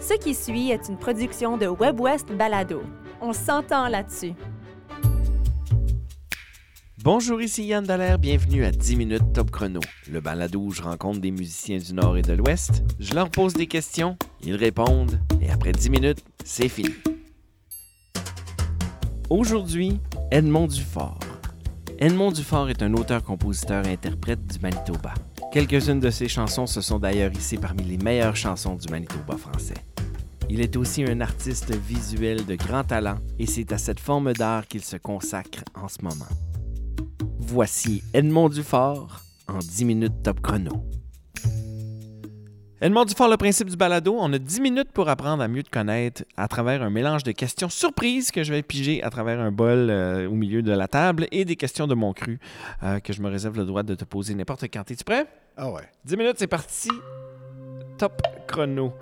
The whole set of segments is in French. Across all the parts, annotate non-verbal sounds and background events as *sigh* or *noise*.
Ce qui suit est une production de WebWest Balado. On s'entend là-dessus. Bonjour, ici Yann Dallaire, bienvenue à 10 minutes Top Chrono, le balado où je rencontre des musiciens du Nord et de l'Ouest, je leur pose des questions, ils répondent, et après 10 minutes, c'est fini. Aujourd'hui, Edmond Dufort. Edmond Dufort est un auteur-compositeur-interprète du Manitoba. Quelques-unes de ses chansons se sont d'ailleurs hissées parmi les meilleures chansons du Manitoba français. Il est aussi un artiste visuel de grand talent et c'est à cette forme d'art qu'il se consacre en ce moment. Voici Edmond Dufort en 10 minutes top chrono. Edmond Dufort, le principe du balado, on a 10 minutes pour apprendre à mieux te connaître à travers un mélange de questions surprises que je vais piger à travers un bol euh, au milieu de la table et des questions de mon cru euh, que je me réserve le droit de te poser n'importe quand. Es-tu prêt? Ah ouais. 10 minutes, c'est parti. Top chrono.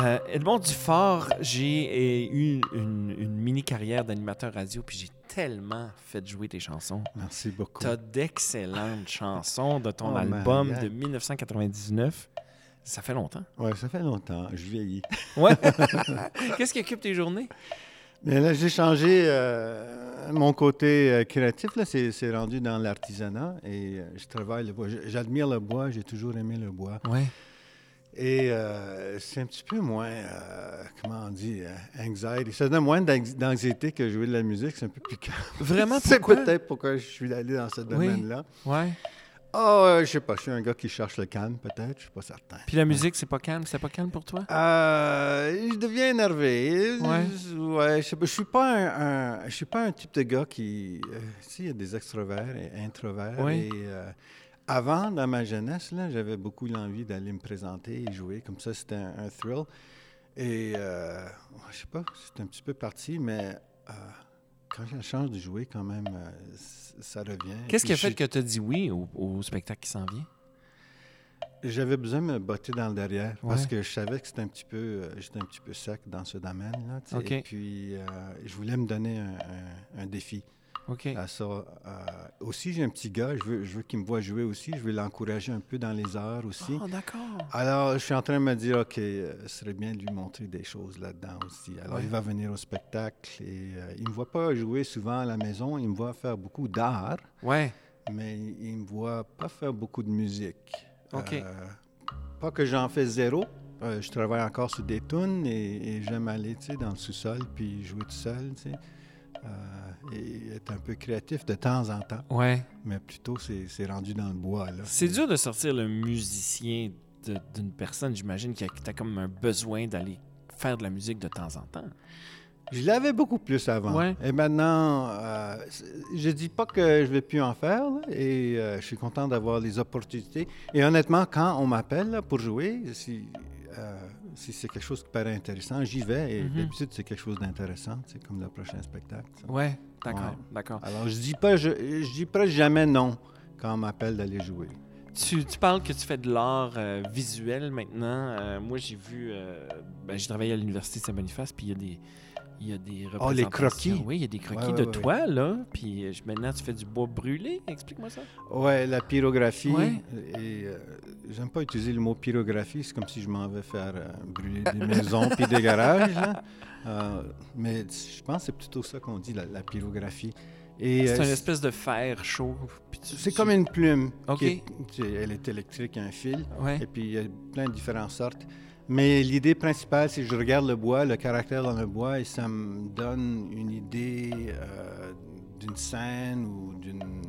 Euh, Edmond Dufort, j'ai euh, eu une, une- une mini carrière d'animateur radio, puis j'ai tellement fait jouer tes chansons. Merci beaucoup. T'as d'excellentes chansons de ton Oh, album Marianne. de 1999. Ça fait longtemps. Ouais, ça fait longtemps. Je vieillis. Ouais. *laughs* Qu'est-ce qui occupe tes journées? Mais là, j'ai changé euh, mon côté euh, créatif. Là, c'est, c'est rendu dans l'artisanat et euh, je travaille le bois. J- J'admire le bois. J'ai toujours aimé le bois. Ouais. Et euh, c'est un petit peu moins, euh, comment on dit, euh, anxiety. Ça donne moins d'anx- d'anxiété que jouer de la musique. C'est un peu plus calme. Vraiment, *laughs* c'est pourquoi? peut-être pourquoi je suis allé dans ce domaine-là. Ouais. Ah, euh, je sais pas. Je suis un gars qui cherche le calme, peut-être. Je suis pas certain. Puis la musique, c'est pas calme? C'était pas calme pour toi? Euh, je deviens énervé. Ouais. Je- ouais, je, sais pas, je suis pas un, un- je suis pas un type de gars qui, euh, tu sais, il y a des extroverts et introverts. Ouais. Et, euh, avant, dans ma jeunesse, là, j'avais beaucoup l'envie d'aller me présenter et jouer. Comme ça, c'était un, un thrill. Et euh, je sais pas, c'est un petit peu parti, mais euh, quand j'ai la chance de jouer, quand même, euh, c- ça revient. Qu'est-ce qui Puis a fait j'ai- que t'as dit oui au, au spectacle qui s'en vient? J'avais besoin de me botter dans le derrière parce Ouais. que je savais que c'était un petit peu, euh, j'étais un petit peu sec dans ce domaine-là. tu sais. OK. Et puis, euh, je voulais me donner un, un- un défi OK. à ça. Euh, aussi, j'ai un petit gars, je veux, je veux qu'il me voit jouer aussi. Je veux l'encourager un peu dans les heures aussi. Oh, d'accord. Alors, je suis en train de me dire, OK, euh, ce serait bien de lui montrer des choses là-dedans aussi. Alors, Ouais. il va venir au spectacle et euh, il ne me voit pas jouer souvent à la maison. Il me voit faire beaucoup d'art Ouais. mais il me voit pas faire beaucoup de musique. OK. Euh, pas que j'en fais zéro. Euh, je travaille encore sur des tunes et, et j'aime aller tu sais, dans le sous-sol puis jouer tout seul. tu sais. Euh, et être un peu créatif de temps en temps. Ouais. Mais plutôt, c'est c'est rendu dans le bois. là. C'est dur de sortir le musicien de- d'une personne, j'imagine, qui a, t'as comme un besoin d'aller faire de la musique de temps en temps. Je l'avais beaucoup plus avant. Ouais. Et maintenant, euh, c'est- je dis pas que je vais plus en faire. là, et euh, je suis content d'avoir les opportunités. Et honnêtement, quand on m'appelle là, pour jouer, si, euh, si c'est quelque chose qui paraît intéressant, j'y vais. Et Mhm. d'habitude, c'est quelque chose d'intéressant, c'est comme le prochain spectacle. ça. Ouais. D'accord. Ouais. D'accord. Alors, je dis pas, je, je dis presque jamais non quand on m'appelle d'aller jouer. Tu, tu parles que tu fais de l'art euh, visuel maintenant. Euh, moi, j'ai vu. euh, ben, j'ai travaillé à l'Université de Saint-Boniface, puis il y a des. Il y a des Oh, les représentations. croquis. Oui, il y a des croquis Ouais, de ouais, ouais. toi, là. Puis euh, je- maintenant, tu fais du bois brûlé. Explique-moi ça. Ouais, la pyrographie. Ouais. Et euh, j'aime pas utiliser le mot pyrographie, c'est comme si je m'en vais faire euh, brûler des maisons puis des *laughs* garages. là. Euh, mais je pense que c'est plutôt ça qu'on dit, la, la pyrographie. Et Ah, C'est euh, une espèce de fer chaud. puis tu- c'est tu- comme une plume. qui Ok. est- tu sais, elle est électrique, un fil. Ouais. Et puis il y a plein de différentes sortes. Mais l'idée principale, c'est que je regarde le bois, le caractère dans le bois, et ça me donne une idée euh, d'une scène ou d'une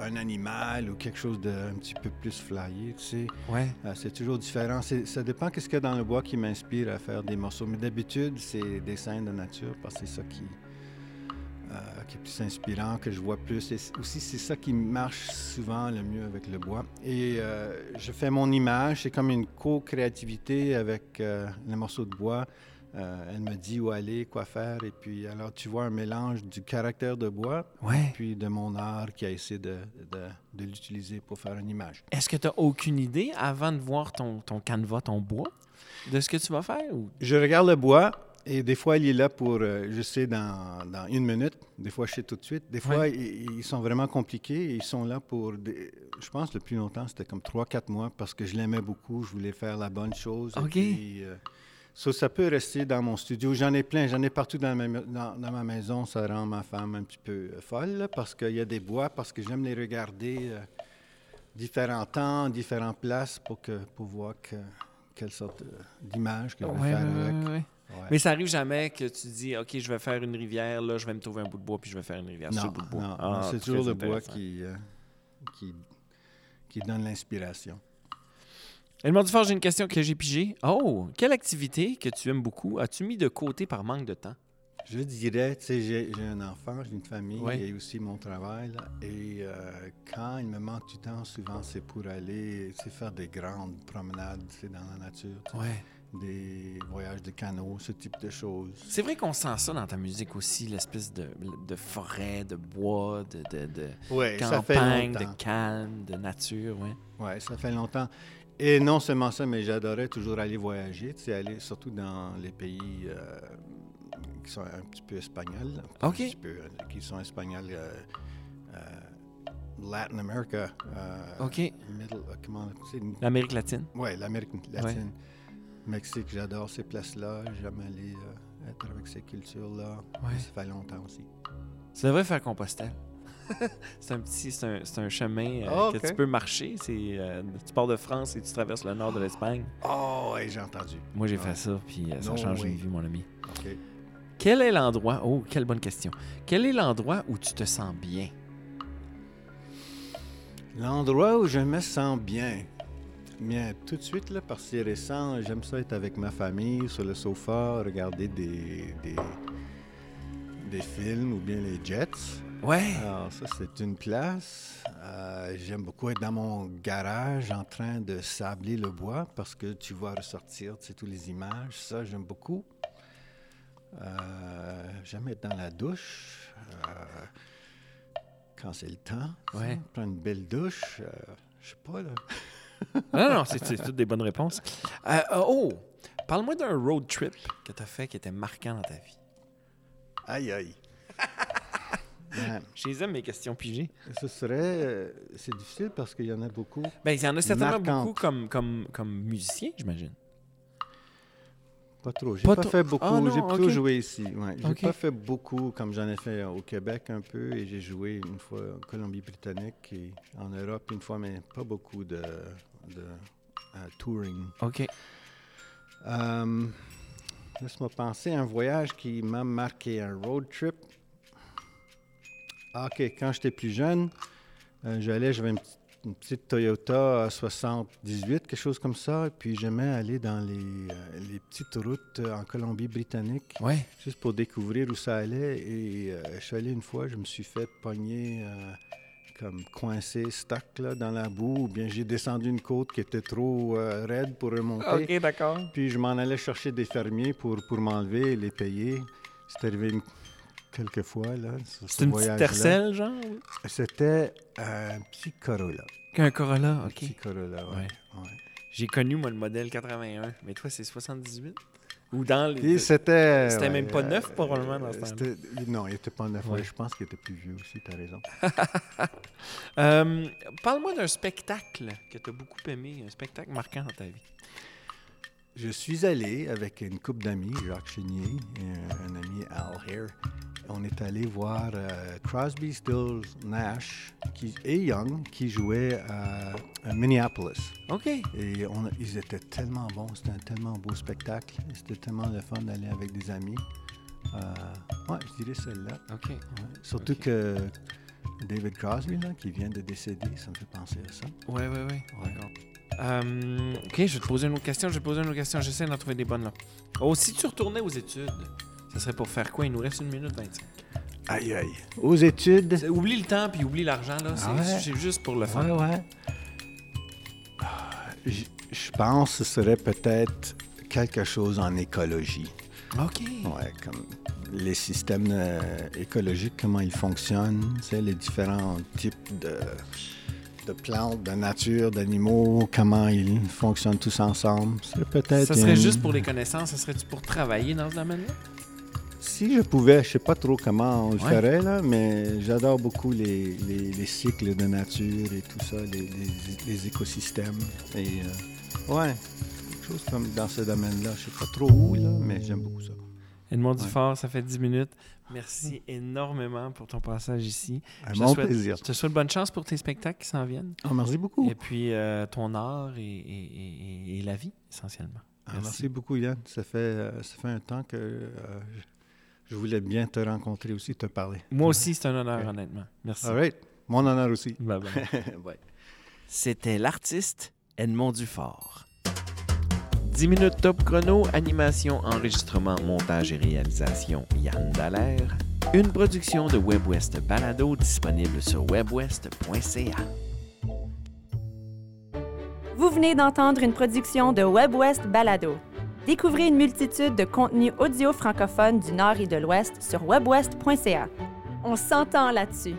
un animal ou quelque chose d'un petit peu plus flyé, tu sais. Ouais. Euh, c'est toujours différent. C'est- ça dépend qu'est-ce qu'il y a dans le bois qui m'inspire à faire des morceaux. Mais d'habitude, c'est des scènes de nature parce que c'est ça qui, euh, qui est plus inspirant, que je vois plus. Et c- aussi, c'est ça qui marche souvent le mieux avec le bois. Et euh, je fais mon image. C'est comme une co-créativité avec euh, le morceau de bois. Euh, elle me dit où aller, quoi faire. Et puis, alors, tu vois un mélange du caractère de bois Ouais. puis de mon art qui a essayé de- de- de l'utiliser pour faire une image. Est-ce que tu n'as aucune idée avant de voir ton, ton canevas, ton bois, de ce que tu vas faire? Ou... Je regarde le bois Et des fois, il est là pour, euh, je sais, dans, dans une minute. Des fois, je sais tout de suite. Des fois, ils, ils sont vraiment compliqués. et Ils sont là pour, des- je pense, le plus longtemps, c'était comme 3-4 mois parce que je l'aimais beaucoup. Je voulais faire la bonne chose. et OK. puis, euh, ça, ça peut rester dans mon studio. J'en ai plein. J'en ai partout dans ma, dans, dans ma maison. Ça rend ma femme un petit peu euh, folle là, parce qu'il y a des bois, parce que j'aime les regarder euh, différents temps, différentes places pour, que, pour voir que, quelle sorte euh, d'image que je vais Ouais, faire euh, ouais, avec. ouais, ouais. Ouais. Mais ça arrive jamais que tu dis, OK, je vais faire une rivière, là, je vais me trouver un bout de bois, puis je vais faire une rivière. ce Non, bout de bois. non, Ah, non, c'est très toujours le bois intéressant. qui, euh, qui, qui donne l'inspiration. Edmond Dufort, j'ai une question que j'ai pigée. Oh, quelle activité que tu aimes beaucoup as-tu mis de côté par manque de temps? Je dirais, tu sais, j'ai j'ai un enfant, j'ai une famille, Ouais. et aussi mon travail. là, et euh, quand il me manque du temps, souvent, c'est pour aller tu sais, faire des grandes promenades tu sais, dans la nature, tu sais, Ouais. des voyages de canot, ce type de choses. C'est vrai qu'on sent ça dans ta musique aussi, l'espèce de, de forêt, de bois, de, de- de Oui, ça fait campagne, longtemps. de calme, de nature. Ouais. Oui, ça fait longtemps. Et non seulement ça, mais j'adorais toujours aller voyager, tu sais, aller surtout dans les pays euh, qui sont un petit peu espagnols. là. Pas OK. Un petit peu, euh, qui sont espagnols. euh, euh, Latin America. euh, OK. Middle, euh, comment c'est une- L'Amérique latine. Ouais, l'Amérique latine. Mexique, j'adore ces places-là. J'aime aller euh, être avec ces cultures-là. Ouais. Ça fait longtemps aussi. Tu devrais faire Compostelle. *laughs* c'est un petit, c'est un, c'est un chemin euh, Ah, que ok. tu peux marcher. C'est, euh, tu pars de France et tu traverses le nord de l'Espagne. Oh, ouais, j'ai entendu. Moi, j'ai Ouais. fait ça, puis euh, ça Ah. No change way. une vie, mon ami. OK. Quel est l'endroit... Oh, quelle bonne question. Quel est l'endroit où tu te sens bien? L'endroit où je me sens bien. Bien, tout de suite, là, parce que c'est récent, j'aime ça être avec ma famille, sur le sofa, regarder des, des, des films ou bien les jets. Ouais. Alors, ça, c'est une place. Euh, j'aime beaucoup être dans mon garage en train de sabler le bois parce que tu vois ressortir tu sais, toutes les images. Ça, j'aime beaucoup. Euh, j'aime être dans la douche euh, quand c'est le temps. ça. Ouais. Prendre une belle douche. euh, je sais pas, là. Non, non, c'est c'est toutes des bonnes réponses. Euh, euh, oh, parle-moi d'un road trip que tu as fait qui était marquant dans ta vie. Aïe, aïe. Ouais, Je les aime, mes questions pigées. ce serait. euh, c'est difficile parce qu'il y en a beaucoup. Ben, il y en a certainement Marquantes. beaucoup comme, comme, comme musicien, j'imagine. Pas trop. J'ai Pas pas, trop. fait beaucoup. Ah non, j'ai plutôt ok. joué ici. Ouais. J'ai Ok. pas fait beaucoup comme j'en ai fait au Québec un peu et j'ai joué une fois en Colombie-Britannique et en Europe une fois, mais pas beaucoup de, de euh, touring. OK. Euh, Laisse-moi penser à un voyage qui m'a marqué, un road trip. Ah, OK, quand j'étais plus jeune, euh, j'allais, j'avais une, petite- une petite Toyota 78, quelque chose comme ça, et puis j'aimais aller dans les, euh, les petites routes euh, en Colombie-Britannique, Ouais. juste pour découvrir où ça allait. Et euh, je suis allé une fois, je me suis fait pogner euh, comme coincé, stuck là, dans la boue, ou bien j'ai descendu une côte qui était trop euh, raide pour remonter. d'accord. Puis je m'en allais chercher des fermiers pour, pour m'enlever et les payer. C'est arrivé une- quelques fois, là, sur ce C'est une petite voyage-là. tercelle, genre? ou- C'était un petit Corolla. Qu'un Corolla, Un OK. petit Corolla, ouais. Ouais. ouais. J'ai connu, moi, le modèle 81, mais toi, c'est 78? Ou dans les... Puis c'était... C'était même pas neuf, euh, probablement, dans ce temps-là. c'était- Non, il n'était pas neuf. Ouais. ouais, Je pense qu'il était plus vieux aussi, t'as raison. Euh, Parle-moi d'un spectacle que tu as beaucoup aimé, un spectacle marquant dans ta vie. Je suis allé avec une couple d'amis, Jacques Chénier et un, un ami Al Hare. On est allé voir euh, Crosby, Stills, Nash qui, et Young qui jouaient à- à Minneapolis. OK. Et on a- ils étaient tellement bons, c'était un tellement beau spectacle. C'était tellement le fun d'aller avec des amis. Euh, ouais, je dirais celle-là. OK. ouais. Surtout Ok. que David Crosby, là, qui vient de décéder, ça me fait penser à ça. Ouais, ouais, ouais. Ouais. D'accord. Euh, ok, je vais te poser une autre question. Je vais te poser une autre question. J'essaie d'en trouver des bonnes là. Oh, si tu retournais aux études, ça serait pour faire quoi Il nous reste une minute 25. Aïe, aïe. Aux études. C'est- Oublie le temps puis oublie l'argent là. C'est Ah ouais? c'est juste pour le fun. Ouais, ouais. Ah, j- Je pense que ce serait peut-être quelque chose en écologie. Ok. Ouais, comme les systèmes euh, écologiques, comment ils fonctionnent, tu sais, les différents types de, de plantes, de nature, d'animaux, comment ils fonctionnent tous ensemble. C'est peut-être. Ça serait une- juste pour les connaissances, ça serait pour travailler dans ce domaine-là? Si je pouvais, je sais pas trop comment on le Ouais. ferait, là, mais j'adore beaucoup les, les- les cycles de nature et tout ça, les, les- les écosystèmes. Et euh, ouais, quelque chose comme dans ce domaine-là. Je sais pas trop où, là, mais j'aime beaucoup ça. Edmond Ouais. Dufort, ça fait 10 minutes. Merci énormément pour ton passage ici. À Je te mon souhaite- plaisir. Je te souhaite bonne chance pour tes spectacles qui s'en viennent. Ah, merci beaucoup. Et puis euh, ton art et, et- et- et la vie, essentiellement. Ah, merci. merci. beaucoup, Yann. Ça fait, euh, ça fait un temps que euh, je- je voulais bien te rencontrer aussi, te parler. Moi aussi, c'est un honneur, Ouais. honnêtement. Merci. All right. Mon honneur aussi. Bye bye. *laughs* Bye. C'était l'artiste Edmond Dufort. 10 minutes top chrono, animation, enregistrement, montage et réalisation Yann Dallaire. Une production de WebWest Balado disponible sur webwest.ca. Vous venez d'entendre une production de WebWest Balado. Découvrez une multitude de contenus audio francophones du Nord et de l'Ouest sur webwest.ca. On s'entend là-dessus.